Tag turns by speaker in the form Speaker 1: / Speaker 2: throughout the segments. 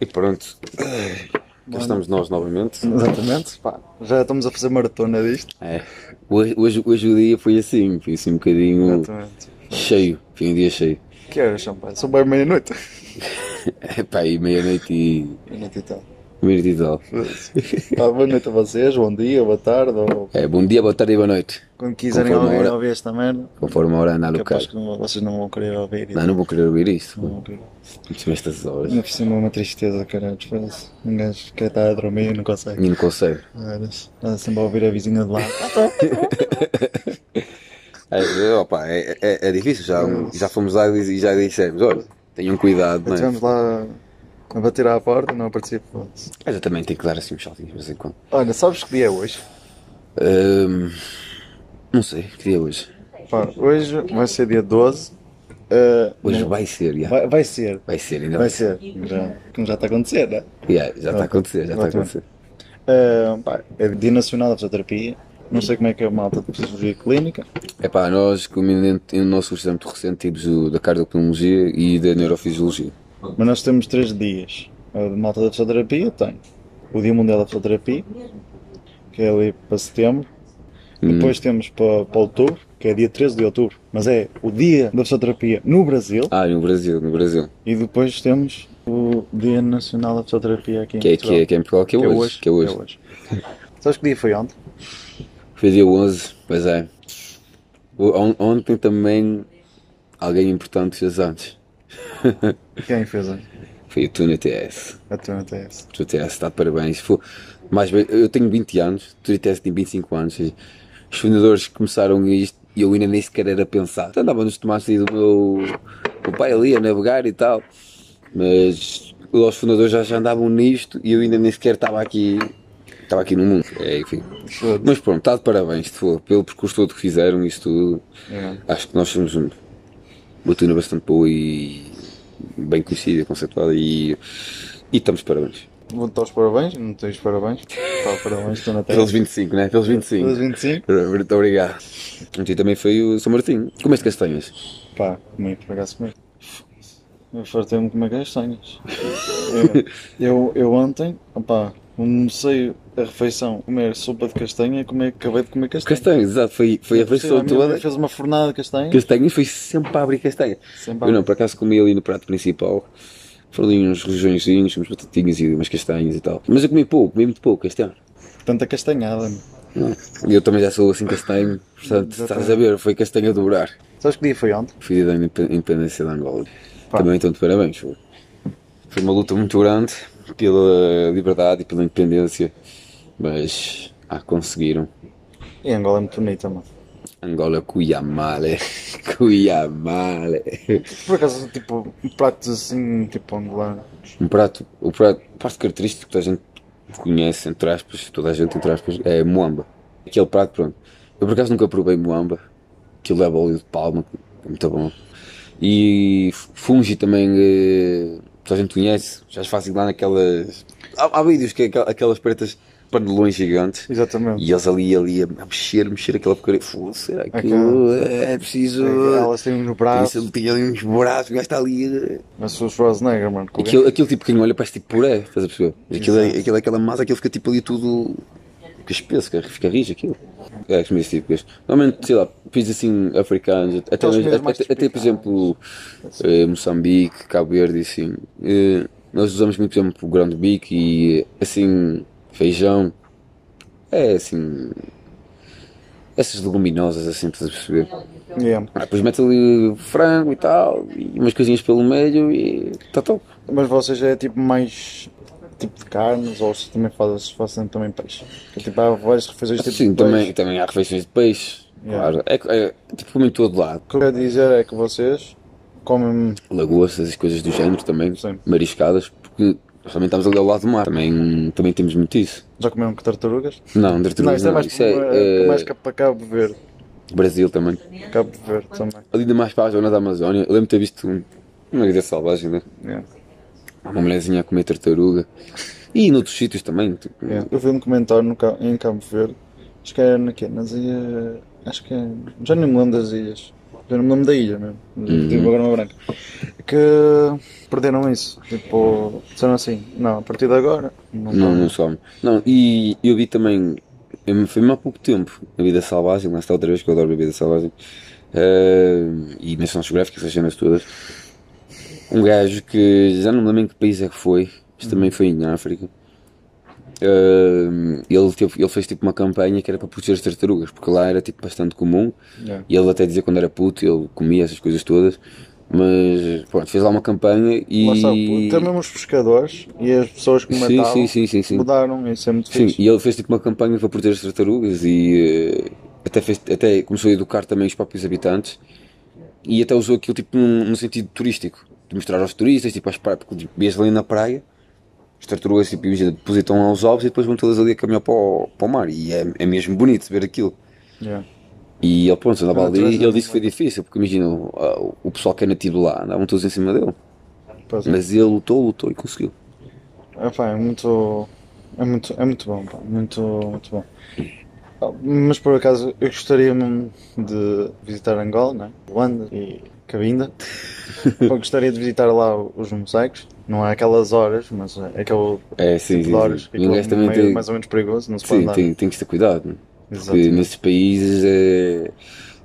Speaker 1: E pronto. Ai, Cá
Speaker 2: Bom,
Speaker 1: estamos nós novamente.
Speaker 2: Exatamente. Pá, já estamos a fazer maratona disto.
Speaker 1: É. Hoje, hoje, hoje o dia foi assim, foi assim um bocadinho
Speaker 2: Exatamente.
Speaker 1: cheio, foi um dia cheio.
Speaker 2: Que horas são, pá? São bem meia-noite.
Speaker 1: Pá, aí meia-noite e
Speaker 2: Meia-noite e tal.
Speaker 1: meia-noite e tal.
Speaker 2: Pá, boa noite a vocês, bom dia, boa tarde, ou
Speaker 1: É, bom dia, boa tarde e boa noite,
Speaker 2: quando quiserem
Speaker 1: Conforme a
Speaker 2: ouvir,
Speaker 1: hora.
Speaker 2: ouvir esta merda.
Speaker 1: conforme a hora anda a alocar.
Speaker 2: Capaz que não- vocês não vão querer ouvir. e
Speaker 1: Não, não vou querer ouvir isso.
Speaker 2: Não vão querer.
Speaker 1: Isto nestas horas.
Speaker 2: Ainda por cima é uma tristeza, caralho. foda-se. Um gajo quer estar a dormir e não consegue.
Speaker 1: E não consegue.
Speaker 2: Horas. Anda sempre a ouvir a vizinha de lá.
Speaker 1: É, é, opa, é, é- é difícil, já, já fomos lá e já dissemos, olha, tenham cuidado, não é?
Speaker 2: Estivemos lá a bater à porta, não participo. foda-se.
Speaker 1: Mas eu também tenho que dar assim uns saltinhos de vez em quando.
Speaker 2: Olha, sabes que dia é hoje?
Speaker 1: Ahm, não sei, que dia é hoje?
Speaker 2: Pá, hoje vai ser dia 12. eh,
Speaker 1: Hoje
Speaker 2: não-
Speaker 1: vai ser, já.
Speaker 2: vai, vai ser.
Speaker 1: Vai ser, ainda
Speaker 2: Vai ser. Já, como já está a acontecer, né?
Speaker 1: Yeah, já está a acontecer, já está a
Speaker 2: Ótimo.
Speaker 1: acontecer.
Speaker 2: Eh, pá, é Dia Nacional da Fisioterapia. Não sei como é que é a malta de Fisiologia Clínica.
Speaker 1: É pá, nós, como ainda no nosso curso é muito recente, temos o da cardiopneumologia e da neurofisiologia.
Speaker 2: Mas nós temos três dias. A de malta da Fisioterapia tem o Dia Mundial da Fisioterapia, que é ali para setembro.
Speaker 1: Uhum.
Speaker 2: Depois temos para, para outubro, que é dia 13 de outubro. Mas é o Dia da Fisioterapia no Brasil.
Speaker 1: Ah, no Brasil, no Brasil.
Speaker 2: E depois temos o Dia Nacional da Fisioterapia aqui em
Speaker 1: Que é, que
Speaker 2: Portugal.
Speaker 1: é, que é em Portugal, que é hoje. Que é hoje.
Speaker 2: Sabes que dia foi ontem?
Speaker 1: Foi dia 11, pois é. O- on- Ontem também alguém importante fez antes.
Speaker 2: Quem fez a,
Speaker 1: Foi o Tuna TS.
Speaker 2: a tua NTS?
Speaker 1: O Tuna TS está de parabéns. Foi, mais bem, eu tenho 20 anos, o Tuna TS tem 25 anos. e Os fundadores começaram isto e eu ainda nem sequer era pensar. Então, andava nos tomates aí do meu, meu pai ali a navegar e tal. Mas os fundadores já, já andavam nisto e eu ainda nem sequer estava aqui. Estava aqui no mundo. É, enfim. Mas pronto, está de parabéns tu, pelo percurso todo que fizeram, isso tudo.
Speaker 2: É.
Speaker 1: Acho que nós somos um- uma turma bastante boa e bem conhecida, conceituada e, e estamos de parabéns.
Speaker 2: Vou-te dar os parabéns, não tens parabéns. Pá, parabéns, estou na tela.
Speaker 1: Pelos 25, né? Pelos 25.
Speaker 2: 25?
Speaker 1: Muito obrigado. E também foi o São Martinho. Comeste castanhas?
Speaker 2: Pá, comi, por acaso comi. Eu fartei-me comer castanhas. É, Eu, eu, eu ontem, opá, comecei a refeição, comer sopa de castanha e comer, acabei de comer castanha.
Speaker 1: Castanhas, exato. Foi, foi a refeição
Speaker 2: Minha mãe
Speaker 1: toda.
Speaker 2: fez uma fornada de castanha.
Speaker 1: Castanhas foi sempre para abrir castanha.
Speaker 2: Sempre
Speaker 1: Eu não, por acaso comi ali no prato principal. Foram ali uns rojõezinhos, umas batatinhas e umas castanhas e tal. Mas eu comi pouco, comi muito pouco castanha.
Speaker 2: Tanta castanhada, meu.
Speaker 1: E eu também já sou assim castanho, portanto, estás a ver, foi castanho a dobrar.
Speaker 2: Sabes que dia foi ontem?
Speaker 1: Fui dia da indep- independência de Angola. Também então de parabéns. Foi foi uma luta muito grande pela liberdade e pela independência, mas ah, conseguiram.
Speaker 2: E Angola é muito bonita, mano.
Speaker 1: Angola, Cuyamale, Cuyamale.
Speaker 2: Por acaso, tipo, pratos assim, tipo angolano.
Speaker 1: Um prato, o prato, o prato característico que toda a gente conhece, entre aspas, toda a gente, entre aspas, é moamba. Aquele prato, pronto. Eu por acaso nunca provei moamba, que leva óleo de palma, que é muito bom. E f- fungi também, eh, toda a gente conhece, já as fazem lá naquelas. Há, há vídeos que é aquel- aquelas pretas panelões gigantes.
Speaker 2: Exatamente.
Speaker 1: E eles ali, ali a a mexer, mexer aquela porcaria. Foda-se, será que aquilo é preciso.
Speaker 2: Elas têm no
Speaker 1: Isso,
Speaker 2: braço,
Speaker 1: ele tinha ali uns braços, o gajo está ali. eh,
Speaker 2: mas sou Schwarzenegger, mano. com o
Speaker 1: Aquilo, aquilo tipo, quem olha parece tipo puré, estás a perceber? Aquilo, é-
Speaker 2: é. Exato.
Speaker 1: aquilo é aquela massa, aquilo fica tipo ali tudo. Fica espesso, fica, fica rijo aquilo. É, as comidas típicas. Normalmente, sei lá, países assim africanos, até, até,
Speaker 2: Aquelas comidas mais
Speaker 1: até- até, por
Speaker 2: tropicadas.
Speaker 1: exemplo eh, Moçambique, Cabo Verde, assim. eh, nós usamos muito, por exemplo, o grão de bico e eh, assim, feijão. É assim. Essas leguminosas, assim, estás a perceber?
Speaker 2: gajo. Yeah.
Speaker 1: Ah, depois mete ali frango e tal, e umas coisinhas pelo meio e. tá top.
Speaker 2: Mas vocês é tipo mais tipo de carnes ou se também fazem, fazem também peixe? Que, tipo, há várias refeições tipo
Speaker 1: Sim,
Speaker 2: de peixe.
Speaker 1: Assim, também, também há refeições de peixe,
Speaker 2: Yeah.
Speaker 1: claro. É, é tipo como em todo lado.
Speaker 2: O que eu quero dizer é que vocês comem.
Speaker 1: Lagostas e coisas do género também,
Speaker 2: Sim.
Speaker 1: mariscadas, porque nós também estamos ali ao lado do mar. Também, também temos muito isso.
Speaker 2: Já comeram que tartarugas?
Speaker 1: Não, de
Speaker 2: Não,
Speaker 1: não,
Speaker 2: isto é mais,
Speaker 1: isso é, eh,
Speaker 2: mais cá para Cabo Verde.
Speaker 1: Brasil também.
Speaker 2: Cabo Verde também.
Speaker 1: Ali de mais para a zona da Amazónia, eu lembro de ter visto um- uma vida selvagem, né?
Speaker 2: Yeah.
Speaker 1: Uma mulherzinha a comer tartaruga. E noutros sítios também. tipo,
Speaker 2: Yeah. Eu vi um comentário no Ca- em Cabo Verde, acho que era na quê? Nas ilhas.
Speaker 1: Uhum.
Speaker 2: Acho que é. Já nem me lembro das ilhas. Já não me lembro da ilha mesmo. Tive Tipo, agora uma branca. que perderam isso. Tipo, disseram assim, não, a partir de agora não,
Speaker 1: Não,
Speaker 2: come.
Speaker 1: não some. Não, e eu vi também, eu- foi-me há pouco tempo, a Vida Selvagem, lá está outra vez que eu adoro a Vida Selvagem, ah, e Nação Geográfica, essas cenas todas. Um gajo que já não me lembro em que país é que foi, mas também foi na África. Ah, ele, teve- ele fez tipo uma campanha que era para proteger as tartarugas, porque lá era tipo bastante comum.
Speaker 2: Yeah.
Speaker 1: E ele até dizia quando era puto, ele comia essas coisas todas. Mas pronto, fez lá uma campanha e.
Speaker 2: Lá está, pô, até mesmo os pescadores e as pessoas que
Speaker 1: Sim,
Speaker 2: matavam
Speaker 1: sim, sim, sim, sim.
Speaker 2: mudaram, isso é muito
Speaker 1: Sim,
Speaker 2: fixe.
Speaker 1: e ele fez tipo uma campanha para proteger as tartarugas e eh, até, fez, até começou a educar também os próprios habitantes e até usou aquilo tipo num, num sentido turístico, de mostrar aos turistas, tipo às praias, porque tipo, vês ali na praia, as tartarugas tipo, imagina, depositam aos ovos e depois vão todas ali a caminhar para o, para o mar e é, é mesmo bonito ver aquilo.
Speaker 2: Yeah.
Speaker 1: E ele, pronto, andava
Speaker 2: A
Speaker 1: ali
Speaker 2: natureza
Speaker 1: e ele disse que foi
Speaker 2: também.
Speaker 1: difícil, porque imagina, o, a- o pessoal que é nativo lá andavam todos em cima dele,
Speaker 2: Pois é.
Speaker 1: mas ele lutou, lutou e conseguiu.
Speaker 2: Ah, pá, é muito, é muito, é muito bom, pá, muito, muito bom. Ah, Mas por acaso eu gostaria mesmo de visitar Angola, né? Luanda e Cabinda. Pá, gostaria de visitar lá os mosaicos. Não é aquelas horas, mas é aquele
Speaker 1: É, sim,
Speaker 2: tipo de
Speaker 1: sim,
Speaker 2: horas
Speaker 1: sim.
Speaker 2: que
Speaker 1: E um
Speaker 2: aquilo
Speaker 1: gajo também
Speaker 2: é meio-
Speaker 1: tem,
Speaker 2: mais ou menos perigoso, não se pode
Speaker 1: sim,
Speaker 2: andar.
Speaker 1: tem, tem que ter cuidado, né? Porque
Speaker 2: Exatamente.
Speaker 1: nesses países é,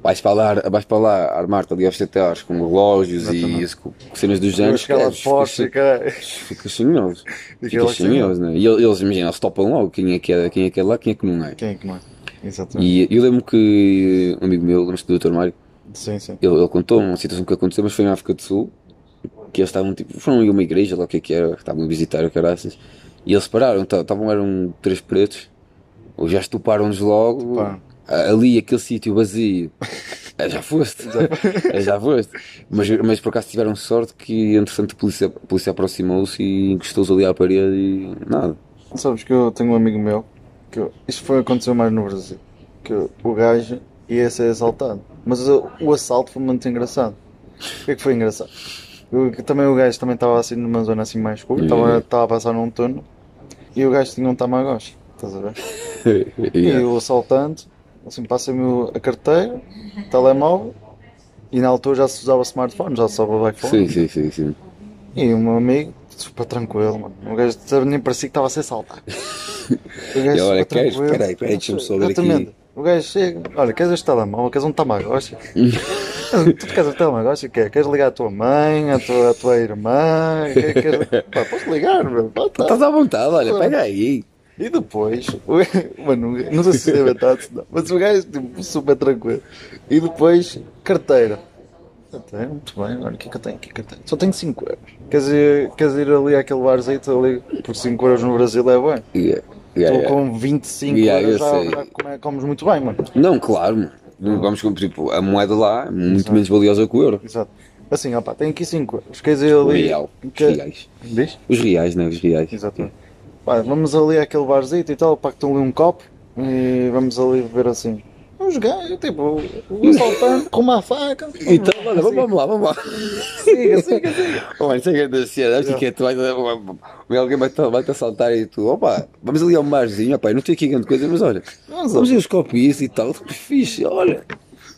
Speaker 1: vais para lá, vais para lá armar-te ali aos sete horas com relógios e
Speaker 2: Exatamente.
Speaker 1: isso, com com cenas dos
Speaker 2: Eu
Speaker 1: anos,
Speaker 2: chegar lá de Porsche,
Speaker 1: ficas
Speaker 2: cara.
Speaker 1: ficas chinhoso.
Speaker 2: Fica lá
Speaker 1: Ficas
Speaker 2: assim.
Speaker 1: chinhoso, né? E ele- eles, imagina, eles topam logo quem é que é, quem é que é lá, quem é que não é.
Speaker 2: Quem é que não é? Exatamente.
Speaker 1: E eu lembro que um amigo meu, lembro-se do Dr. Mário,
Speaker 2: Sim, sim.
Speaker 1: ele, ele contou uma situação que aconteceu, mas foi na África do Sul, que eles estavam tipo, foram a uma igreja, lá o que é que era, que estavam a visitar o caraças, e eles pararam, ta- estavam, eram três pretos, ou já estuparam-nos logo,
Speaker 2: Pá,
Speaker 1: a- Ah, ali aquele sítio vazio, Ah, já foste, Ah, já foste, mas, mas por acaso tiveram sorte que entretanto a polícia, a polícia aproximou-se e encostou-se ali à parede e nada.
Speaker 2: Sabes que eu tenho um amigo meu que eu- isto foi aconteceu mais no Brasil, que o gajo ia ser assaltado. Mas o, o assalto foi muito engraçado. O que é que foi engraçado? O- que também o gajo também estava assim numa zona assim mais escura, estava
Speaker 1: Yeah.
Speaker 2: estava a passar num túnel e o gajo tinha um Tamagotchi, estás a ver?
Speaker 1: ah,
Speaker 2: E o assaltante, assim, passa-me a carteira, o telemóvel, e na altura já se usava smartphone, já se usava iPhone.
Speaker 1: Sim, sim, sim, sim.
Speaker 2: E o meu amigo, super tranquilo, mano. O gajo nem parecia que estava a ser saltado. O gajo
Speaker 1: E agora,
Speaker 2: super
Speaker 1: queres?
Speaker 2: tranquilo.
Speaker 1: Peraí, peraí, deixa-me só ver aqui.
Speaker 2: Exatamente. O gajo chega, olha, queres este telemóvel? Queres um tamagotchi? tu queres um tamagotchi? O quê? Queres ligar à tua mãe, à tua, à tua irmã? Queres, queres... Pá, podes ligar, meu. Pá, tá.
Speaker 1: Estás à vontade, olha, pega aí.
Speaker 2: E depois, o- mano, não sei se é verdade, se não, mas o gajo, tipo, super tranquilo. E depois, carteira. Carteira, muito bem, olha, o que é que eu tenho aqui, carteira? Só tenho 5 euros. Queres ir, queres ir ali àquele barzito ali, por 5 euros no Brasil é bem.
Speaker 1: Yeah, yeah,
Speaker 2: Estou
Speaker 1: yeah.
Speaker 2: com 25
Speaker 1: Yeah,
Speaker 2: euros,
Speaker 1: eu
Speaker 2: já,
Speaker 1: sei.
Speaker 2: já come- comes muito bem, mano.
Speaker 1: Não, claro, mano. Não Vamos com, tipo, a moeda lá é muito menos valiosa que o euro.
Speaker 2: Exato. Assim, ó pá, tenho aqui 5 euros, queres ir ali...
Speaker 1: Real. Os
Speaker 2: Que...
Speaker 1: reais.
Speaker 2: Diz?
Speaker 1: Os reais, né? Os reais.
Speaker 2: Exatamente. Pá, vamos ali àquele barzito e tal, pactam ali um copo e vamos ali beber assim. Vamos jogar, eu, tipo, o assaltante com uma faca.
Speaker 1: Então, olha, vamos, vamos lá, vamos lá.
Speaker 2: Siga, siga, siga.
Speaker 1: Oh, mano, isso é grande cena. Acho que é, tu vai, alguém vai te, vai te assaltar e tu, opa, vamos ali ao marzinho, opa, eu não tenho aqui grande coisa, mas olha,
Speaker 2: Vamos
Speaker 1: vamos ver os copinhos e tal, que fixe, olha,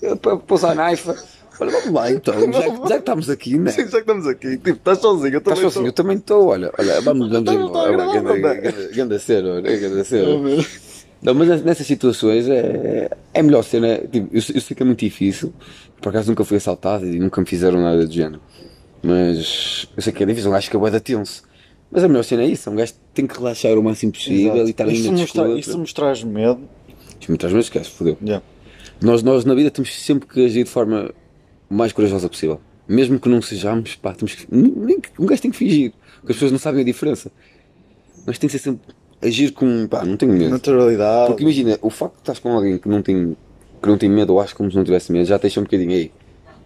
Speaker 1: eu para pousar a naifa. Olha, vamos lá então, já, que- já que estamos aqui, né?
Speaker 2: Sim, já que estamos aqui. Tipo, estás sozinho, eu
Speaker 1: Estás
Speaker 2: também
Speaker 1: sozinho, eu também estou, olha, olha, vamos, vamos
Speaker 2: Tá, tá
Speaker 1: embora. olha,
Speaker 2: agradável,
Speaker 1: grande-
Speaker 2: tá?
Speaker 1: grande- Grande cena, olha, grande cena.
Speaker 2: estou.
Speaker 1: Não, mas ness- nessas situações é, é melhor ser, né? Tipo, eu, sei- eu sei que é muito difícil, por acaso nunca fui assaltado e nunca me fizeram nada do género. Mas eu sei que é difícil, um gajo que é bué da tenso. Mas a melhor cena é isso, um gajo tem que relaxar o máximo possível e estar
Speaker 2: Exato.
Speaker 1: ali
Speaker 2: Isto
Speaker 1: na
Speaker 2: se mostra-
Speaker 1: desculpa. Tipo,
Speaker 2: isto se nos traz medo.
Speaker 1: Muitas vezes esquece, fodeu.
Speaker 2: Yeah.
Speaker 1: Nós, nós na vida temos sempre que agir de forma mais corajosa possível. Mesmo que não sejamos, pá, temos que, nem que- um gajo tem que fingir, porque as pessoas não sabem a diferença. Mas tem que ser sempre agir com, pá, não tenho medo.
Speaker 2: Naturalidade.
Speaker 1: Porque imagina, o facto de estás com alguém que não tem, que não tem medo, ou acho como se não tivesse medo, já te deixa um bocadinho aí.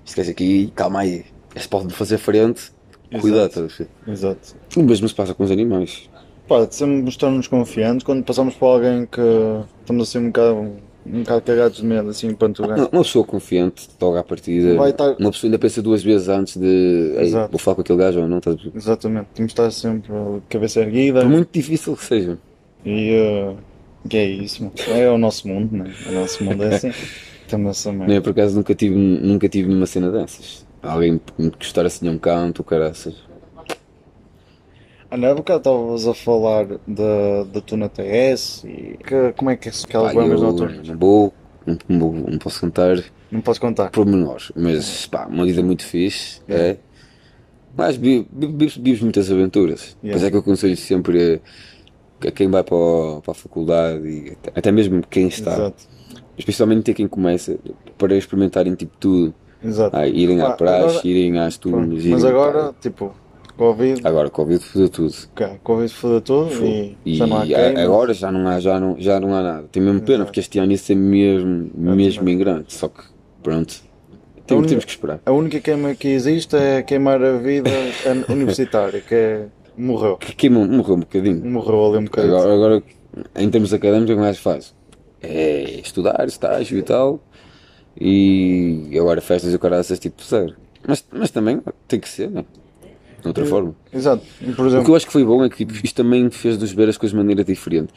Speaker 1: Esquece aqui, calma aí. Este pode-me fazer frente, cuidado. estás a ver?
Speaker 2: Exato.
Speaker 1: O mesmo se passa com os animais.
Speaker 2: Pá, sempre mostrar-nos confiantes quando passamos por alguém que estamos assim um bocado, um bocado cagados de medo, assim, enquanto o
Speaker 1: Ah, Não,
Speaker 2: gajo.
Speaker 1: Uma pessoa confiante, logo à partida,
Speaker 2: Vai estar-
Speaker 1: uma pessoa ainda pensa duas vezes antes de "Ei,
Speaker 2: Exato.
Speaker 1: vou falar com aquele gajo ou não. Estás... a ver?
Speaker 2: Exatamente, temos de estar sempre de cabeça erguida.
Speaker 1: Por muito difícil que seja.
Speaker 2: E eh, que é isso, mano. É o nosso mundo, né? O nosso mundo é assim. Temos essa merda.
Speaker 1: Não, eu por acaso nunca tive, nunca tive uma cena dessas. Alguém que me gostar assim a um canto, caraças.
Speaker 2: Olha, há bocado estavas a falar da, da Tuna TS e que, como é que é aquelas
Speaker 1: Pá,
Speaker 2: bombas
Speaker 1: eu
Speaker 2: noturnas?
Speaker 1: não vou, não, não vou- não posso contar
Speaker 2: Não podes contar.
Speaker 1: pormenores, mas pá, uma vida muito fixe, é. Mas vi- vi- vives vives muitas aventuras.
Speaker 2: Yeah.
Speaker 1: Pois é que eu aconselho sempre a, a quem vai para, o- para a faculdade e até, até mesmo quem está,
Speaker 2: Exato,
Speaker 1: especialmente a quem começa, para experimentarem tipo tudo.
Speaker 2: exato.
Speaker 1: Ah, irem à
Speaker 2: Pá,
Speaker 1: praxe,
Speaker 2: agora-
Speaker 1: irem às
Speaker 2: Pronto,
Speaker 1: turmas,
Speaker 2: Mas
Speaker 1: irem-
Speaker 2: agora, tipo, Covid,
Speaker 1: Agora, Covid fudeu tudo.
Speaker 2: ok, Covid fodeu tudo e,
Speaker 1: E
Speaker 2: já não há
Speaker 1: a-
Speaker 2: quem.
Speaker 1: agora já não há, já não, já não há nada. Tem mesmo pena,
Speaker 2: Exato.
Speaker 1: porque este ano ia ser mesmo, mesmo
Speaker 2: também.
Speaker 1: em grande. Só que, pronto,
Speaker 2: Então,
Speaker 1: temos, temos que esperar.
Speaker 2: A única queima que existe é queimar a vida an- universitária, que é, morreu.
Speaker 1: Que, que mo- morreu um bocadinho.
Speaker 2: Morreu ali um bocadinho.
Speaker 1: Agora, agora, em termos académicos, o que mais faz? É estudar, estágio e tal. E agora festas e o caralho, tipo zero. Mas, mas também tem que ser, não é? De outra forma.
Speaker 2: Exato. Por
Speaker 1: O que eu
Speaker 2: exemplo,
Speaker 1: acho que foi bom é que tipo, isto também fez-nos ver as coisas de maneira diferente.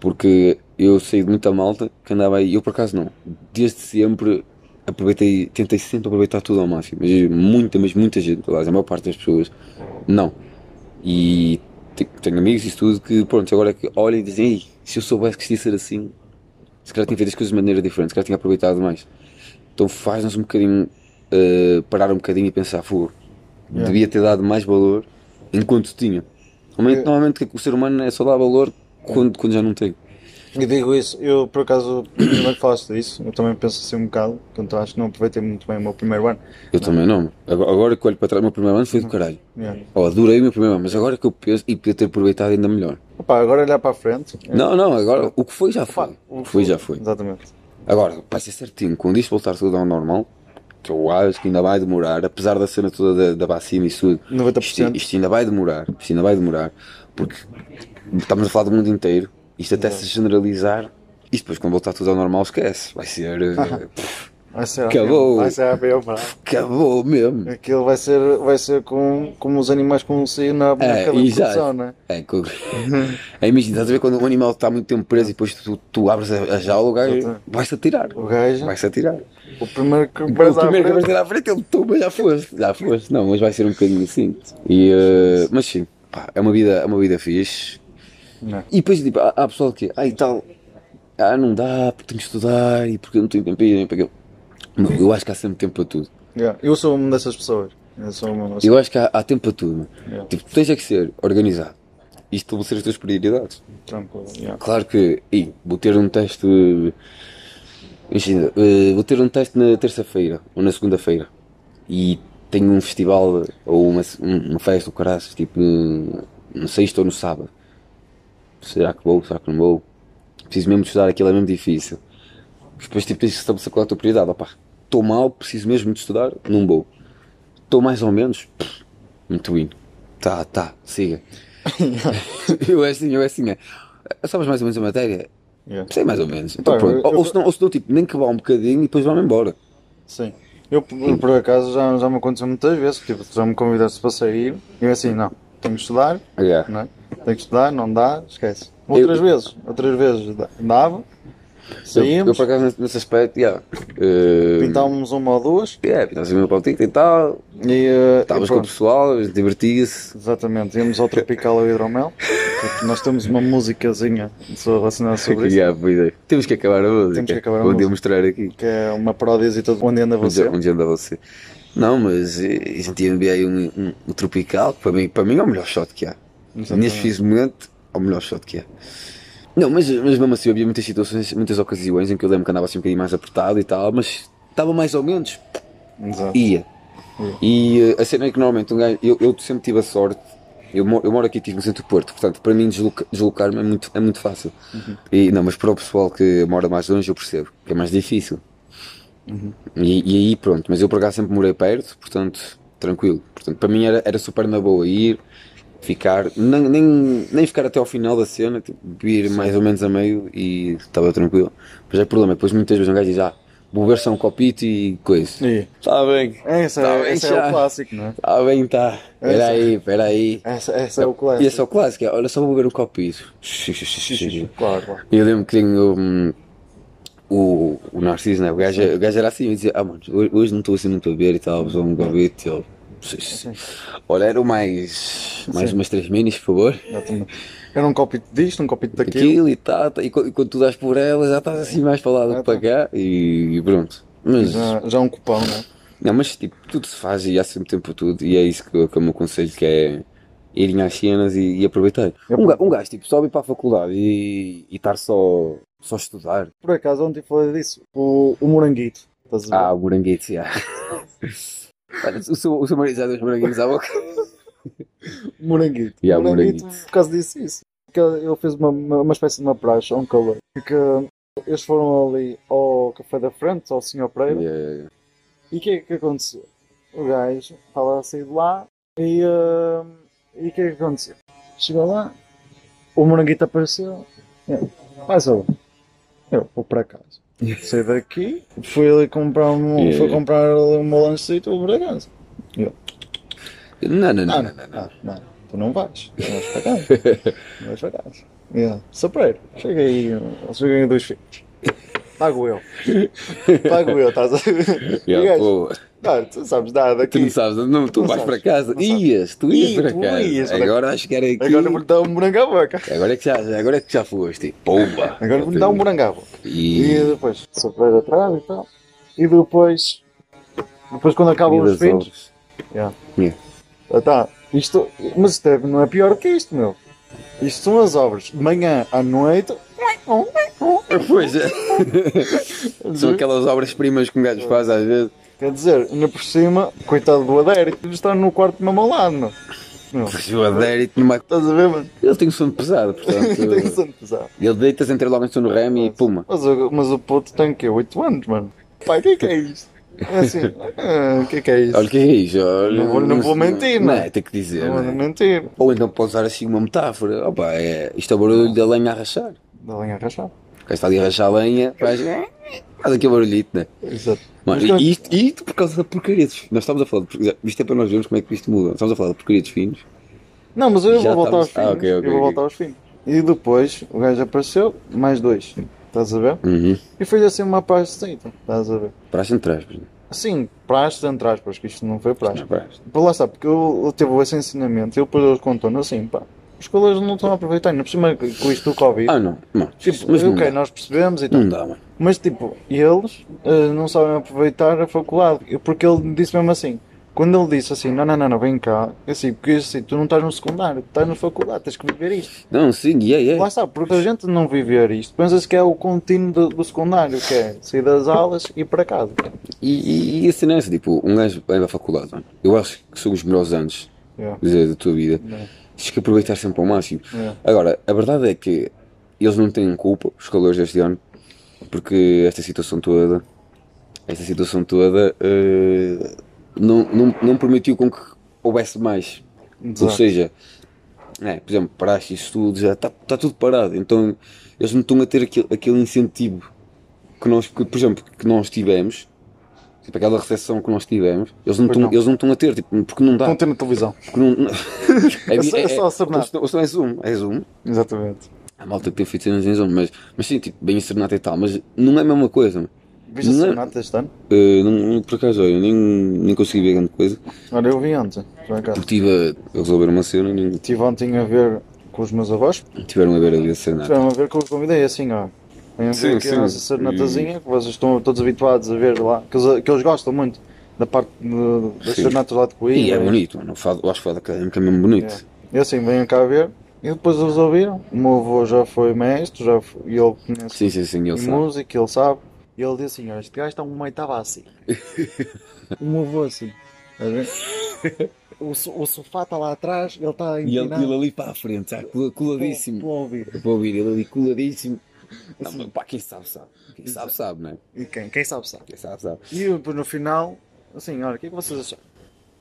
Speaker 1: Porque eu saí de muita malta que andava aí, eu por acaso não. Desde sempre aproveitei, tentei sempre aproveitar tudo ao máximo. Mas muita, mas muita gente, aliás, a maior parte das pessoas, não. E te- tenho amigos e isso tudo que, pronto, agora é que olham e dizem, Ei, se eu soubesse que isto ia ser assim, se calhar tinha feito as coisas de maneira diferente, se calhar tinha aproveitado mais. Então faz-nos um bocadinho eh, parar um bocadinho e pensar, fogo,
Speaker 2: Yeah.
Speaker 1: devia ter dado mais valor enquanto tinha. Normalmente,
Speaker 2: Eu-
Speaker 1: normalmente o ser humano é só dá valor quando, quando já não tem.
Speaker 2: eu digo isso, eu por acaso, primeiro que falaste disso, eu também penso assim um bocado, portanto acho que não aproveitei muito bem o meu primeiro ano.
Speaker 1: Eu também não. Uhum. Agora, agora que olho para trás, o meu primeiro ano foi do caralho.
Speaker 2: Yeah.
Speaker 1: Oh, adorei o meu primeiro ano, mas agora que eu penso e podia ter aproveitado ainda melhor.
Speaker 2: Opa, agora olhar para a frente. é-
Speaker 1: Não, não, agora o que foi já foi. O que foi já foi.
Speaker 2: Exatamente.
Speaker 1: Agora, vai ser certinho, quando isto voltar tudo ao normal, que eu acho que ainda vai demorar, apesar da cena toda da, da vacina e isso tudo,
Speaker 2: 90%.
Speaker 1: isto, isto ainda vai demorar, isto ainda vai demorar, porque estamos a falar do mundo inteiro, isto até se generalizar, e depois quando voltar tudo ao normal, esquece, vai ser. eh, pff,
Speaker 2: Vai ser
Speaker 1: Acabou.
Speaker 2: Vai ser a pior,
Speaker 1: acabou mesmo.
Speaker 2: Aquilo vai ser, vai ser com, como os animais conheciam na, na
Speaker 1: É,
Speaker 2: cadeia de
Speaker 1: exato.
Speaker 2: produção, né?
Speaker 1: É, co-
Speaker 2: Uhum.
Speaker 1: é imagina, estás a ver quando um animal está muito tempo preso e depois tu, tu abres a, a jaula, o gajo vai-se atirar.
Speaker 2: O gajo,
Speaker 1: Vai-se atirar.
Speaker 2: o primeiro que
Speaker 1: O
Speaker 2: aparece à
Speaker 1: primeiro que
Speaker 2: frente.
Speaker 1: aparecer à frente, ele toma, já foste, já foste. Não, mas vai ser um bocadinho assim. E, eh, mas sim, pá, é uma vida, é uma vida fixe.
Speaker 2: Não.
Speaker 1: E depois, tipo, há, há pessoal que, ai tal, ah, não dá, porque tenho que estudar e porque eu não tenho tempo e porque eu... Não, eu acho que há sempre tempo para tudo.
Speaker 2: Yeah, Eu sou uma dessas pessoas. Eu sou uma
Speaker 1: Eu acho que há, há tempo para tudo.
Speaker 2: Yeah.
Speaker 1: Tipo, tu tens é que ser organizado e estabelecer as tuas prioridades.
Speaker 2: tranquilo. yeah.
Speaker 1: Claro que, e, vou ter um teste. Imagina, eh, vou ter um teste na terça-feira ou na segunda-feira e tenho um festival ou uma, um- uma festa, o caraças, tipo no, no sexto ou no sábado. Será que vou? Será que não vou? Preciso mesmo de estudar, aquilo é mesmo difícil. Depois tipo, tens que estabelecer qual é a tua prioridade. Opá, estou mal, preciso mesmo de estudar, não vou. Estou mais ou menos, pff, muito indo. Tá, tá, siga. eu é assim, eu é assim. É. Sabes mais ou menos a matéria?
Speaker 2: Yeah.
Speaker 1: Sei mais ou menos. Então,
Speaker 2: Pá,
Speaker 1: pronto.
Speaker 2: eu-
Speaker 1: Ou, ou se não, ou se não, tipo, nem que vá um bocadinho e depois vá-me embora.
Speaker 2: Sim. Eu, por por acaso, já, já me aconteceu muitas vezes. Tipo, tu já me convidaste para sair. E eu assim, não, tenho que estudar,
Speaker 1: Ah, Yeah.
Speaker 2: não é? Tenho que estudar, não dá, esquece. Outras
Speaker 1: Eu-
Speaker 2: vezes, outras vezes da- dava,
Speaker 1: Eu, eu,
Speaker 2: saímos,
Speaker 1: por acaso, nesse- nesse aspecto, yeah. Eh,
Speaker 2: pintávamos uma ou duas
Speaker 1: yeah, pintávamos o meu paltito e tal.
Speaker 2: e, eh, e
Speaker 1: Estavas com o
Speaker 2: pronto.
Speaker 1: pessoal, divertia-se.
Speaker 2: Exatamente, íamos ao Tropical ao Hidromel. porque Nós temos uma musicazinha só relacionada sobre isso,
Speaker 1: Yeah, boa ideia. Temos que acabar a música.
Speaker 2: Temos que acabar a
Speaker 1: Onde eu
Speaker 2: música.
Speaker 1: mostrar aqui.
Speaker 2: que é uma paródia de todo onde anda
Speaker 1: Onde,
Speaker 2: você.
Speaker 1: onde anda você? Não, mas eh, a gente ia enviar aí um, um, um tropical, que para mim, para mim é o melhor shot que há. Neste
Speaker 2: Exatamente.
Speaker 1: preciso momento, é o melhor shot que há. Não, mas, mas mesmo assim, havia muitas situações, muitas ocasiões em que eu lembro que andava assim um bocadinho mais apertado e tal, mas estava mais ou menos,
Speaker 2: Exato.
Speaker 1: ia. E eh, a cena é que normalmente um gajo, eu, eu sempre tive a sorte, eu moro, eu moro aqui tipo no centro do Porto, portanto para mim desloca- deslocar-me é muito, é muito fácil. E, não, mas para o pessoal que mora mais longe eu percebo, que é mais difícil. E, e aí pronto, mas eu por acaso sempre morei perto, portanto tranquilo. Portanto, para mim era, era super na boa ir, ficar, nem, nem, nem ficar até ao final da cena, tipo, ir mais ou menos a meio e estava tranquilo. Mas é o problema, depois muitas vezes um gajo diz, ah, vou beber só um copito e coisa.
Speaker 2: E,
Speaker 1: Está bem.
Speaker 2: esse é,
Speaker 1: Tá bem,
Speaker 2: esse é
Speaker 1: já.
Speaker 2: o clássico, não é?
Speaker 1: Ah, bem, tá. Espera aí, espera aí.
Speaker 2: Esse, esse é o
Speaker 1: E é
Speaker 2: clássico.
Speaker 1: só o clássico, é, olha só vou beber um copito.
Speaker 2: Claro, claro.
Speaker 1: Eu lembro que tenho. hum, o, o Narciso, né? O gajo, o gajo era assim, eu dizia, ah, mano, hoje, hoje não estou assim muito a ver e tal, só um gavete, ele. Olha, era o mais, mais
Speaker 2: Sim.
Speaker 1: umas três minis, por favor.
Speaker 2: Exatamente. Era um copito disto, um copito daquilo.
Speaker 1: Aquilo e tal, tá, e quan- e quando tu dás por ela, já estás assim mais para lá do que
Speaker 2: Ah,
Speaker 1: para cá e, e pronto. Mas,
Speaker 2: Já, já um copão, né?
Speaker 1: não, mas tipo, tudo se faz e há sempre tempo para tudo, e é isso que, eu- que eu me aconselho, que é irem às cenas e, e aproveitar.
Speaker 2: Eu-
Speaker 1: Um, ga- um gajo, tipo, sobe para a faculdade e e estar só, só a estudar.
Speaker 2: Por acaso ontem falei disso. O, o moranguito. Estás a ver?
Speaker 1: Ah, o moranguete, já. Olha, O seu, o seu marido já deu os moranguinhos à boca.
Speaker 2: Moranguito.
Speaker 1: Yeah,
Speaker 2: moranguito, por causa disso, isso. Porque ele fez uma, uma, uma espécie de uma praxe, um calor. Porque eles foram ali ao café da frente, ao Senhor Pereira.
Speaker 1: Yeah.
Speaker 2: E o que é que aconteceu? O gajo estava a sair de lá e ah, e o que é que aconteceu? Chegou lá, o moranguito apareceu. Eu, mais um. Eu vou para casa. Saí daqui, fui ali comprar um,
Speaker 1: Yeah,
Speaker 2: fui
Speaker 1: yeah.
Speaker 2: comprar ali um meu lancito e vou para casa.
Speaker 1: Não, não, não, não,
Speaker 2: Não, não,
Speaker 1: não.
Speaker 2: não, tu não vais. Tu não vais para casa. Não vais para casa. Yeah. Sobreiro. Chega aí, chega aí dois filhos. Pago eu. Pago eu, estás a ver? E
Speaker 1: Yeah,
Speaker 2: gajo,
Speaker 1: pô,
Speaker 2: Não, tu não sabes nada
Speaker 1: tu não
Speaker 2: daqui.
Speaker 1: sabes, não, tu
Speaker 2: não
Speaker 1: vais
Speaker 2: sabes,
Speaker 1: para casa.
Speaker 2: não sabes.
Speaker 1: Ias, tu ias
Speaker 2: Ih,
Speaker 1: para
Speaker 2: tu
Speaker 1: casa.
Speaker 2: ias para
Speaker 1: agora vais chegar aqui.
Speaker 2: Agora vou-lhe dar um morango à boca.
Speaker 1: Agora é que já, agora é que já foste. Pomba!
Speaker 2: Agora vou-lhe dar um morango à boca. E
Speaker 1: E.
Speaker 2: depois, soprar atrás e tal. E depois, depois quando acabam
Speaker 1: e
Speaker 2: os
Speaker 1: das
Speaker 2: filhos,
Speaker 1: obras.
Speaker 2: ah, tá, isto, mas isto é- não é pior que isto, meu. Isto são as obras. De manhã à noite,
Speaker 1: Pois é. São
Speaker 2: Uhum.
Speaker 1: aquelas obras-primas que um gajo faz às vezes.
Speaker 2: Quer dizer, ainda por cima, coitado do Adérito, ele está no quarto mesmo ao lado, meu. Meu,
Speaker 1: O Adérito numa.
Speaker 2: Estás a ver, mano?
Speaker 1: Ele tem um sono pesado,
Speaker 2: Tem que
Speaker 1: portanto.
Speaker 2: ser pesado.
Speaker 1: ele deita-se entre logo no sono rem Uhum. e puma.
Speaker 2: Mas, o- mas o puto tem o quê? 8 anos, mano. Pai, o que é que é isto? É assim, ah, o que é que é isto?
Speaker 1: Olha o que é isso, olha.
Speaker 2: Não vou- não vou mentir,
Speaker 1: não
Speaker 2: não.
Speaker 1: é? Tem que dizer,
Speaker 2: não,
Speaker 1: não
Speaker 2: é
Speaker 1: é?
Speaker 2: mentira.
Speaker 1: Ou então pode usar assim uma metáfora. Opa, é, isto é o barulho da lenha a rachar.
Speaker 2: Da lenha rachada.
Speaker 1: O gajo está ali a rachar a lenha, faz, faz aquele barulhito, né?
Speaker 2: Exato.
Speaker 1: Mano,
Speaker 2: Mas,
Speaker 1: e isto, isto por causa da porcaria dos Nós estamos a falar, de porcaria- isto é para nós vermos como é que isto muda. Estamos a falar da porcaria dos finos.
Speaker 2: Não, mas eu
Speaker 1: Já
Speaker 2: vou voltar aos
Speaker 1: estamos-
Speaker 2: filhos.
Speaker 1: ah, ok, ok,
Speaker 2: eu vou
Speaker 1: ok.
Speaker 2: voltar aos filhos. E depois o gajo apareceu, mais dois. Estás a ver?
Speaker 1: Uhum.
Speaker 2: E fez assim uma praxe de saída. Estás a ver?
Speaker 1: Para as entradas, por exemplo.
Speaker 2: Assim, praxe entre aspas, que isto não foi praxe.
Speaker 1: Não, para as-
Speaker 2: Pá, Lá está, porque eu, eu teve esse ensinamento e eu depois eles contam assim, pá, os colegas não estão a aproveitar, ainda por cima com isto do Covid.
Speaker 1: Ah, não, mano.
Speaker 2: tipo,
Speaker 1: mas não
Speaker 2: ok,
Speaker 1: dá. Hum.
Speaker 2: nós percebemos e tal.
Speaker 1: Não dá, mano.
Speaker 2: Mas tipo, eles eh, não sabem aproveitar a faculdade, Eu- porque ele disse mesmo assim. Quando ele disse assim, não, não, não, não vem cá, eu assim, porque assim, tu não estás no secundário, tu estás na faculdade, tens que viver isto.
Speaker 1: Não, sim, e aí é.
Speaker 2: Lá está, porque a gente não viver isto, pensa-se que é o contínuo do, do secundário, que é sair das aulas e ir para casa.
Speaker 1: E, e, e assim, não é assim, tipo, um gajo vai para a faculdade, mano. Eu acho que são os melhores anos
Speaker 2: Yeah,
Speaker 1: da da tua vida.
Speaker 2: yeah,
Speaker 1: Tens que aproveitar sempre ao máximo.
Speaker 2: yeah.
Speaker 1: Agora, a verdade é que eles não têm culpa, os calores deste ano, porque esta situação toda, esta situação toda, eh, não, não, não permitiu com que houvesse mais. Ou
Speaker 2: Exato.
Speaker 1: seja, é, por exemplo, paraste isso tudo, já está tá tudo parado. Então, eles não estão a ter aquele, aquele incentivo que nós, que, por exemplo, que nós tivemos, tipo, aquela recepção que nós tivemos, eles não
Speaker 2: Pois
Speaker 1: estão
Speaker 2: não.
Speaker 1: eles não estão a ter, tipo, porque não dá.
Speaker 2: Não tem na televisão.
Speaker 1: Porque não, não-
Speaker 2: É só- é só acertar.
Speaker 1: ou se não- ou se não é Zoom, é Zoom.
Speaker 2: Exatamente.
Speaker 1: A malta que tem feito cenas em Zoom, mas, mas sim, tipo, bem estrenado e tal, mas não é a mesma coisa. mano.
Speaker 2: Viste a
Speaker 1: Não é-
Speaker 2: serenata este ano?
Speaker 1: Eh, não, não- por acaso, olha, eu nem, nem consegui ver grande coisa,
Speaker 2: Olha, eu vi ontem, por
Speaker 1: porque
Speaker 2: acaso.
Speaker 1: estive a resolver uma cena e nem
Speaker 2: Estive ontem a ver com os meus avós,
Speaker 1: tiveram a ver ali a cena.
Speaker 2: tiveram a ver com os convidei assim, ó. Tem a ver
Speaker 1: Ah. Sim,
Speaker 2: aqui
Speaker 1: sim.
Speaker 2: a nossa serenatazinha, que vocês estão todos habituados a ver lá, que eles, que eles gostam muito da parte de, das
Speaker 1: Sim.
Speaker 2: serenatas lá de
Speaker 1: E é
Speaker 2: Coimbra.
Speaker 1: bonito, mano, o fado- eu acho que o fado académico é mesmo bonito.
Speaker 2: E assim, vêm cá ver, e depois eles ouviram. O meu avô já foi mestre, já foi, e ele conhece
Speaker 1: Sim, sim, sim, ele
Speaker 2: em
Speaker 1: sabe.
Speaker 2: música, ele sabe. E ele disse assim, ó, este gajo está uma oitava assim. o meu avô assim, estás a ver? O, so- o sofá está lá atrás, ele está empinado.
Speaker 1: ali para a frente, sabe, Cula-
Speaker 2: Estou a ouvir.
Speaker 1: Vou ouvir, ele ali coladíssimo. Assim, Não, mas, pá, quem sabe, sabe. Quem sabe, sabe, né?
Speaker 2: E quem? Quem sabe sabe.
Speaker 1: Quem sabe, sabe.
Speaker 2: E eu, depois no final, assim, olha, o que é que vocês acharam?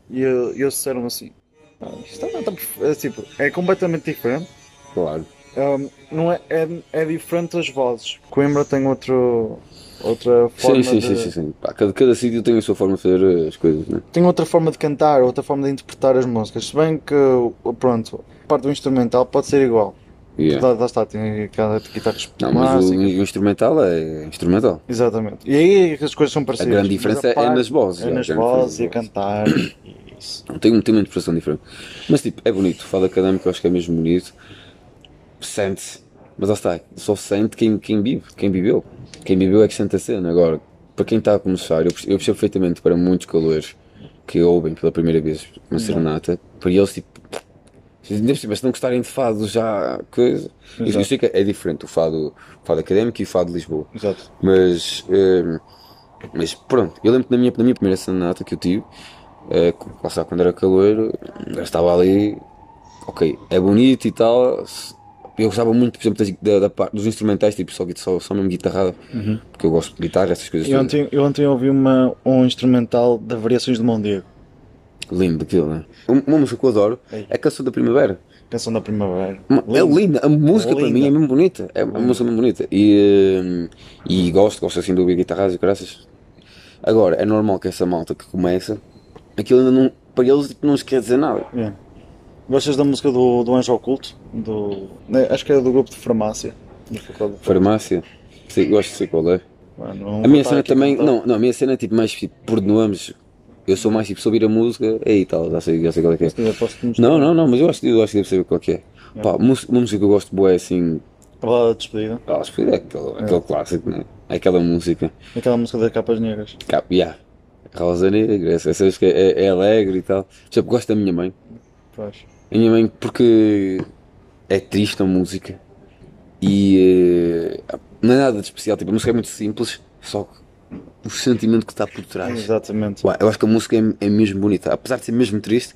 Speaker 2: E eu- eles disseram assim, "Ah, isto não está perfe- é, tipo, é completamente diferente.
Speaker 1: Claro.
Speaker 2: Ahm, não é, é, é diferente as vozes. Coimbra tem outro, outra forma
Speaker 1: Sim, sim,
Speaker 2: de,
Speaker 1: sim, sim, sim. Pá, cada, cada sítio tem a sua forma de fazer as coisas, né?
Speaker 2: Tem outra forma de cantar, outra forma de interpretar as músicas. Se bem que, pronto, a parte do instrumental pode ser igual.
Speaker 1: Yeah.
Speaker 2: Lá, lá está, tem cada guitarras
Speaker 1: Não, mas o,
Speaker 2: clássicas.
Speaker 1: o instrumental é instrumental.
Speaker 2: Exatamente. E aí é que as coisas são
Speaker 1: A
Speaker 2: parecidas.
Speaker 1: grande
Speaker 2: mas
Speaker 1: diferença é
Speaker 2: parte-
Speaker 1: nas vozes.
Speaker 2: É
Speaker 1: a
Speaker 2: nas
Speaker 1: grande
Speaker 2: vozes e a
Speaker 1: diferença nas
Speaker 2: cantar. e Isso.
Speaker 1: Tem, um- tem uma interpretação diferente. Mas tipo, é bonito. O fado académico eu acho que é mesmo bonito. Sente-se. Mas lá está. Só sente quem, quem vive, quem viveu. Quem viveu é que sente a cena. Agora, para quem está a começar, eu, perce- eu percebo perfeitamente para muitos calores que ouvem pela primeira vez uma serenata, para eles tipo. Ainda por cima, se não gostarem de fado já. Coisa. Eu, eu sei que é diferente o fado, o fado académico e o fado de Lisboa.
Speaker 2: Exato.
Speaker 1: Mas, eh, mas pronto, eu lembro que na minha, na minha primeira serenata que eu tive, eh, cu- lá está, quando era caloiro, eu estava ali, ok, é bonito e tal. se- Eu gostava muito, por exemplo, das- da, da parte dos instrumentais, tipo só, gui- só, só mesmo guitarrada, porque eu gosto de guitarra, essas coisas.
Speaker 2: Eu ontem, eu ontem ouvi uma, um instrumental de Variações de Mondego,
Speaker 1: Lindo daquilo, né? Um- Uma música que eu adoro
Speaker 2: Ei.
Speaker 1: é a Canção da Primavera.
Speaker 2: Canção da Primavera.
Speaker 1: Uma- É linda, a música para
Speaker 2: Linda. Uhum.
Speaker 1: mim é mesmo bonita. É uma música mesmo bonita. E, hum, e gosto, gosto assim de ouvir guitarras e graças. Agora, é normal que essa malta que começa, aquilo ainda não. Para eles tipo, não lhes quer dizer nada.
Speaker 2: É. Gostas da música do, do Anjo Oculto? Do, né, acho que era do grupo de farmácia. da faculdade.
Speaker 1: Farmácia, sei, gosto de sei qual é.
Speaker 2: Mano, não
Speaker 1: A
Speaker 2: vou
Speaker 1: minha
Speaker 2: estar
Speaker 1: cena
Speaker 2: aqui um a
Speaker 1: também.
Speaker 2: cantar.
Speaker 1: Não, não, a minha cena é tipo mais tipo, por nomes. Eu sou mais tipo, se ouvir a música, aí tal, já sei, já sei qual é que é.
Speaker 2: Se quiser, posso te mostrar.
Speaker 1: Não, não, não, mas eu acho, eu acho que deve saber qual que é. Pá, música, uma música que eu gosto boa é assim.
Speaker 2: Balada de despedida.
Speaker 1: Ah, acho que é aquele, aquele clássico, né? É aquela música.
Speaker 2: Aquela música das capas negras.
Speaker 1: Cá, yeah. Rosa Negra, essa, essa música é, é alegre e tal. Sempre gosto da minha mãe.
Speaker 2: Pois.
Speaker 1: A minha mãe, porque é triste a música e eh, não é nada de especial. Tipo, a música é muito simples, só que o sentimento que está por trás.
Speaker 2: Exatamente.
Speaker 1: Ué, eu acho que a música é, é mesmo bonita, apesar de ser mesmo triste,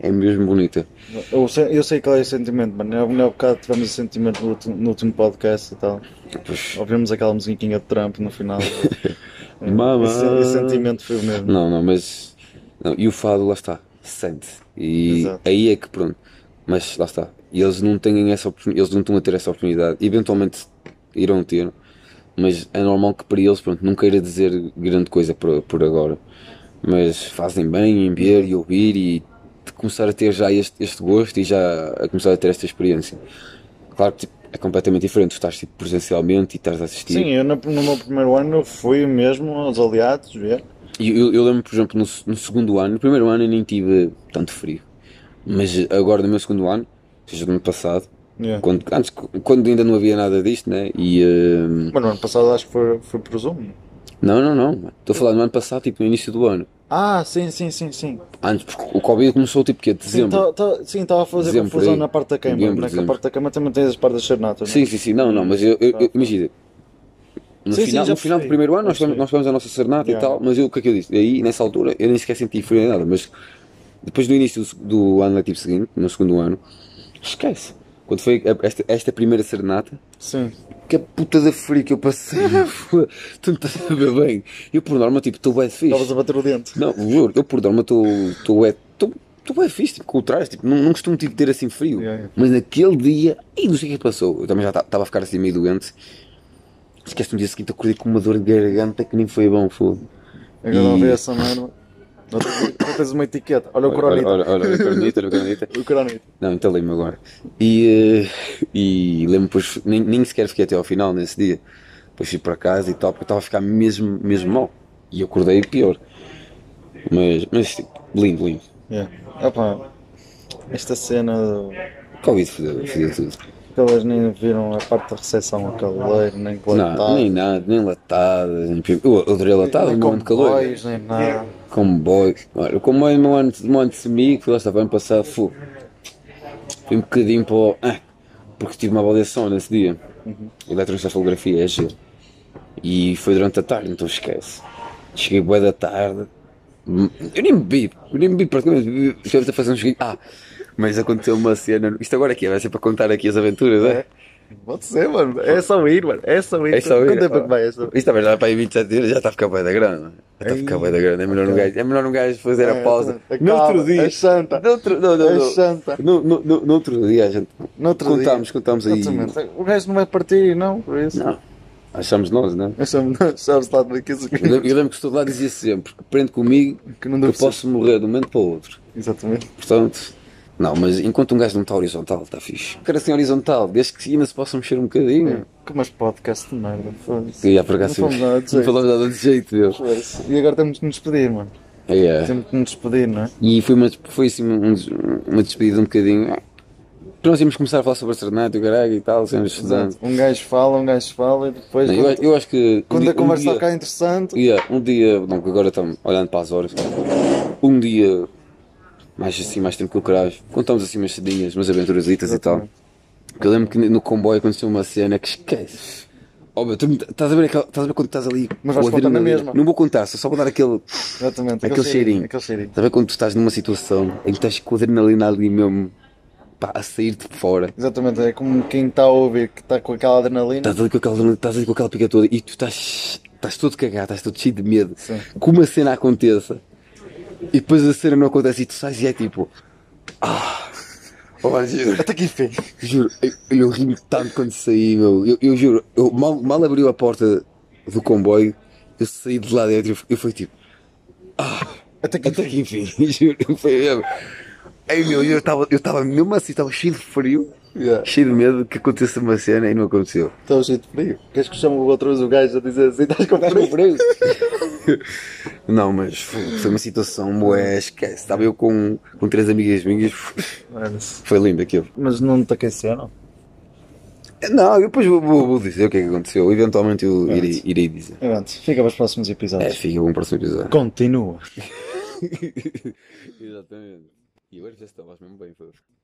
Speaker 1: é mesmo bonita.
Speaker 2: Eu sei, eu sei qual é o sentimento, mano. Na na bocado tivemos esse sentimento no último, no último podcast e tal.
Speaker 1: Pois,
Speaker 2: Ouvimos aquela musiquinha de Trump no final. É,
Speaker 1: Mama.
Speaker 2: Esse, esse sentimento foi o mesmo.
Speaker 1: Não, não, mas. não, e o fado, lá está, sente. E
Speaker 2: Exato.
Speaker 1: aí é que pronto. Mas lá está. E eles não têm essa oportunidade, eles não estão a ter essa oportunidade. Eventualmente irão ter, mas é normal que para eles, pronto, não queira dizer grande coisa por, por agora. Mas fazem bem em ver e ouvir e de começar a ter já este, este gosto e já a começar a ter esta experiência. Claro que tipo, é completamente diferente, tu estás tipo, presencialmente e estás a assistir.
Speaker 2: Sim, eu no, no meu primeiro ano eu fui mesmo aos aliados ver.
Speaker 1: E eu, eu lembro, por exemplo, no, se- no segundo ano, no primeiro ano eu nem tive tanto frio, mas agora no meu segundo ano, ou seja, no ano passado,
Speaker 2: Yeah.
Speaker 1: quando, antes, quando ainda não havia nada disto, né? E. hum,
Speaker 2: Mas no ano passado acho que foi, foi por Zoom.
Speaker 1: não, não, não, estou a falar no ano passado, tipo no início do ano.
Speaker 2: Ah, sim, sim, sim, sim.
Speaker 1: Antes, porque o Covid começou tipo que é
Speaker 2: Sim,
Speaker 1: dezembro.
Speaker 2: tá, tá- sim, estava a fazer
Speaker 1: Dezembro,
Speaker 2: confusão
Speaker 1: aí.
Speaker 2: na parte da cama.
Speaker 1: Novembro,
Speaker 2: na
Speaker 1: dezembro.
Speaker 2: parte da cama também tens as partes das serenatas, não é?
Speaker 1: Sim, sim, sim, não, não, mas eu, eu, eu imagina. No
Speaker 2: Sim, sim,
Speaker 1: final,
Speaker 2: já
Speaker 1: no final do
Speaker 2: percebi.
Speaker 1: primeiro ano, nós
Speaker 2: Já
Speaker 1: tivemos, nós tivemos a nossa serenata
Speaker 2: Yeah.
Speaker 1: e tal, mas eu, o que é que eu disse? Aí, nessa altura, eu nem sequer senti frio nem nada, mas depois do início do, se- do ano letivo seguinte, no segundo ano, esquece. Quando foi a- esta, esta primeira serenata,
Speaker 2: Sim.
Speaker 1: que a puta da frio que eu passei, foi- tu não estás a ver bem. Eu, por norma, tipo, estou bem fixe.
Speaker 2: Estavas a bater o dente.
Speaker 1: Não, juro, eu por norma estou estou é, estou- estou bem fixe tipo, com o traje, tipo, não, não costumo tipo, ter assim frio.
Speaker 2: Yeah, yeah.
Speaker 1: Mas naquele dia, e não sei o que é que passou, eu também já estava a ficar assim meio doente. Esquece no dia seguinte, eu acordei com uma dor de garganta que nem foi bom, foda.
Speaker 2: Agora não
Speaker 1: E-
Speaker 2: vê essa merda. Não tens, não tens uma etiqueta. Olha o coronita.
Speaker 1: Olha, olha, olha, coronita, olha, coronita.
Speaker 2: O coronita.
Speaker 1: Não, então lembro agora. E, eh, e lembro depois, nem, nem sequer fiquei até ao final nesse dia. Depois fui para casa e tal, porque eu estava a ficar mesmo, mesmo mal. E eu acordei pior. Mas, mas tipo, lindo, lindo.
Speaker 2: Yeah. Opa, esta cena. do-
Speaker 1: Covid fodeu, fodeu tudo.
Speaker 2: que Elas nem viram a parte da recepção a caloeiro, nem
Speaker 1: Não,
Speaker 2: plantar,
Speaker 1: nem nada, nem latadas. Nem... prim- Eu adorei latadas,
Speaker 2: nem
Speaker 1: um monte de calor.
Speaker 2: comboios, nem nada.
Speaker 1: Comboio. Olha, o comboio no ano, no ano de semi, que lá estava ano passado, fu. Fui um bocadinho para o. Ah, porque tive uma avaliação nesse dia.
Speaker 2: Uhum.
Speaker 1: Eletroencefalografia, é giro. E foi durante a tarde, então esquece. Cheguei boa da tarde. Hum, Eu nem bebi, eu nem bebi praticamente. bebi- Estive a fazer um joguinho. Ah, mas aconteceu uma cena. Isto agora aqui, vai ser para contar aqui as aventuras, é?
Speaker 2: Pode ser, mano. É só ir, mano. É só ir.
Speaker 1: É só ir.
Speaker 2: Quanto tempo é que vai essa?
Speaker 1: Isto também dá para aí 27 dias, já está a ficar bem da grana. Já está a ficar bem da grana. É melhor, um gajo, é melhor um gajo fazer a
Speaker 2: É,
Speaker 1: pausa.
Speaker 2: acaba,
Speaker 1: no outro dia.
Speaker 2: é santa.
Speaker 1: No outro, não, não,
Speaker 2: É
Speaker 1: não.
Speaker 2: santa.
Speaker 1: No, no, no, no outro dia, a gente.
Speaker 2: No outro dia.
Speaker 1: contámos, contámos aí.
Speaker 2: Exatamente. O gajo não vai partir, não, por isso.
Speaker 1: Não. Achamos nós, não é?
Speaker 2: Achamos lá de 15
Speaker 1: Eu lembro, eu lembro que estou lá dizia sempre: prende comigo
Speaker 2: Que não
Speaker 1: que
Speaker 2: deu
Speaker 1: eu posso morrer de um momento para o outro.
Speaker 2: Exatamente.
Speaker 1: Portanto, Não, mas enquanto um gajo não está horizontal, está fixe. Quero assim horizontal, desde que ainda se possa mexer um bocadinho.
Speaker 2: Como as podcast de merda, foda-se.
Speaker 1: Que ia para cá
Speaker 2: É. Não
Speaker 1: assim,
Speaker 2: fomos nada de
Speaker 1: não
Speaker 2: jeito.
Speaker 1: falamos nada de jeito, meu.
Speaker 2: Foda-se. E agora temos que nos despedir, mano.
Speaker 1: É, é.
Speaker 2: Temos que nos despedir, não é?
Speaker 1: E foi uma, foi assim um- um- uma despedida um bocadinho. ah, porque Nós íamos começar a falar sobre Astronauta e o caralho e tal, sempre estudando.
Speaker 2: Um gajo fala, um gajo fala e depois.
Speaker 1: Não, eu,
Speaker 2: quando-
Speaker 1: a- eu acho que. um
Speaker 2: Quando
Speaker 1: dia-
Speaker 2: a conversa
Speaker 1: um dia,
Speaker 2: ficar interessante,
Speaker 1: ia, um dia. Não, que agora estamos olhando para as horas. Um dia. Mais assim, mais tranquilo, caralho. Contamos assim umas cedinhas, umas aventurasitas e tal. Que eu lembro que no comboio aconteceu uma cena que esquece. Ó, meu, tu me- estás a ver, aquela- estás a ver quando estás ali.
Speaker 2: Mas
Speaker 1: com
Speaker 2: vais contar na
Speaker 1: adrenalina?
Speaker 2: mesma.
Speaker 1: Não vou contar, só vou dar aquele.
Speaker 2: exatamente.
Speaker 1: Aquele cheirinho.
Speaker 2: Aquele cheirinho.
Speaker 1: Estás a ver quando tu estás numa situação em que estás com a adrenalina ali mesmo. pá, a sair-te de fora.
Speaker 2: Exatamente, é como quem está a ouvir que está com aquela adrenalina.
Speaker 1: Estás ali com aquela, estás ali com aquela pica toda e tu estás, estás todo cagado, estás todo cheio de medo.
Speaker 2: Sim.
Speaker 1: Que uma cena aconteça e depois a cena não acontece e tu sais e é tipo. Ah! Oh, mano, juro,
Speaker 2: Até aqui feio.
Speaker 1: juro, eu, eu ri-me tanto quando saí, meu. Eu, eu juro, eu mal, mal abriu a porta do comboio, eu saí de lá dentro e eu, eu fui tipo. "Ah,
Speaker 2: Até aqui
Speaker 1: Até
Speaker 2: feio.
Speaker 1: que enfim, juro, foi mesmo. Ei, meu, eu estava eu estava mesmo assim, estava cheio de frio,
Speaker 2: Yeah.
Speaker 1: cheio de medo que acontecesse uma cena e não aconteceu.
Speaker 2: Estou cheio de Então, frio. Queres que chame outra vez o gajo a dizer assim: estás com frio?
Speaker 1: Não, mas foi, foi uma situação boé, esquece. Estava eu com, com três amigas minhas,
Speaker 2: Mano,
Speaker 1: foi lindo aquilo.
Speaker 2: Mas não te aqueceram?
Speaker 1: Não, eu depois vou, vou- vou dizer o que é que aconteceu, eventualmente eu irei, irei dizer.
Speaker 2: Pronto, fica para os próximos
Speaker 1: É,
Speaker 2: episódios.
Speaker 1: fica para um próximo episódio.
Speaker 2: Continua.
Speaker 1: Exatamente. E agora já estavas mesmo bem, foi.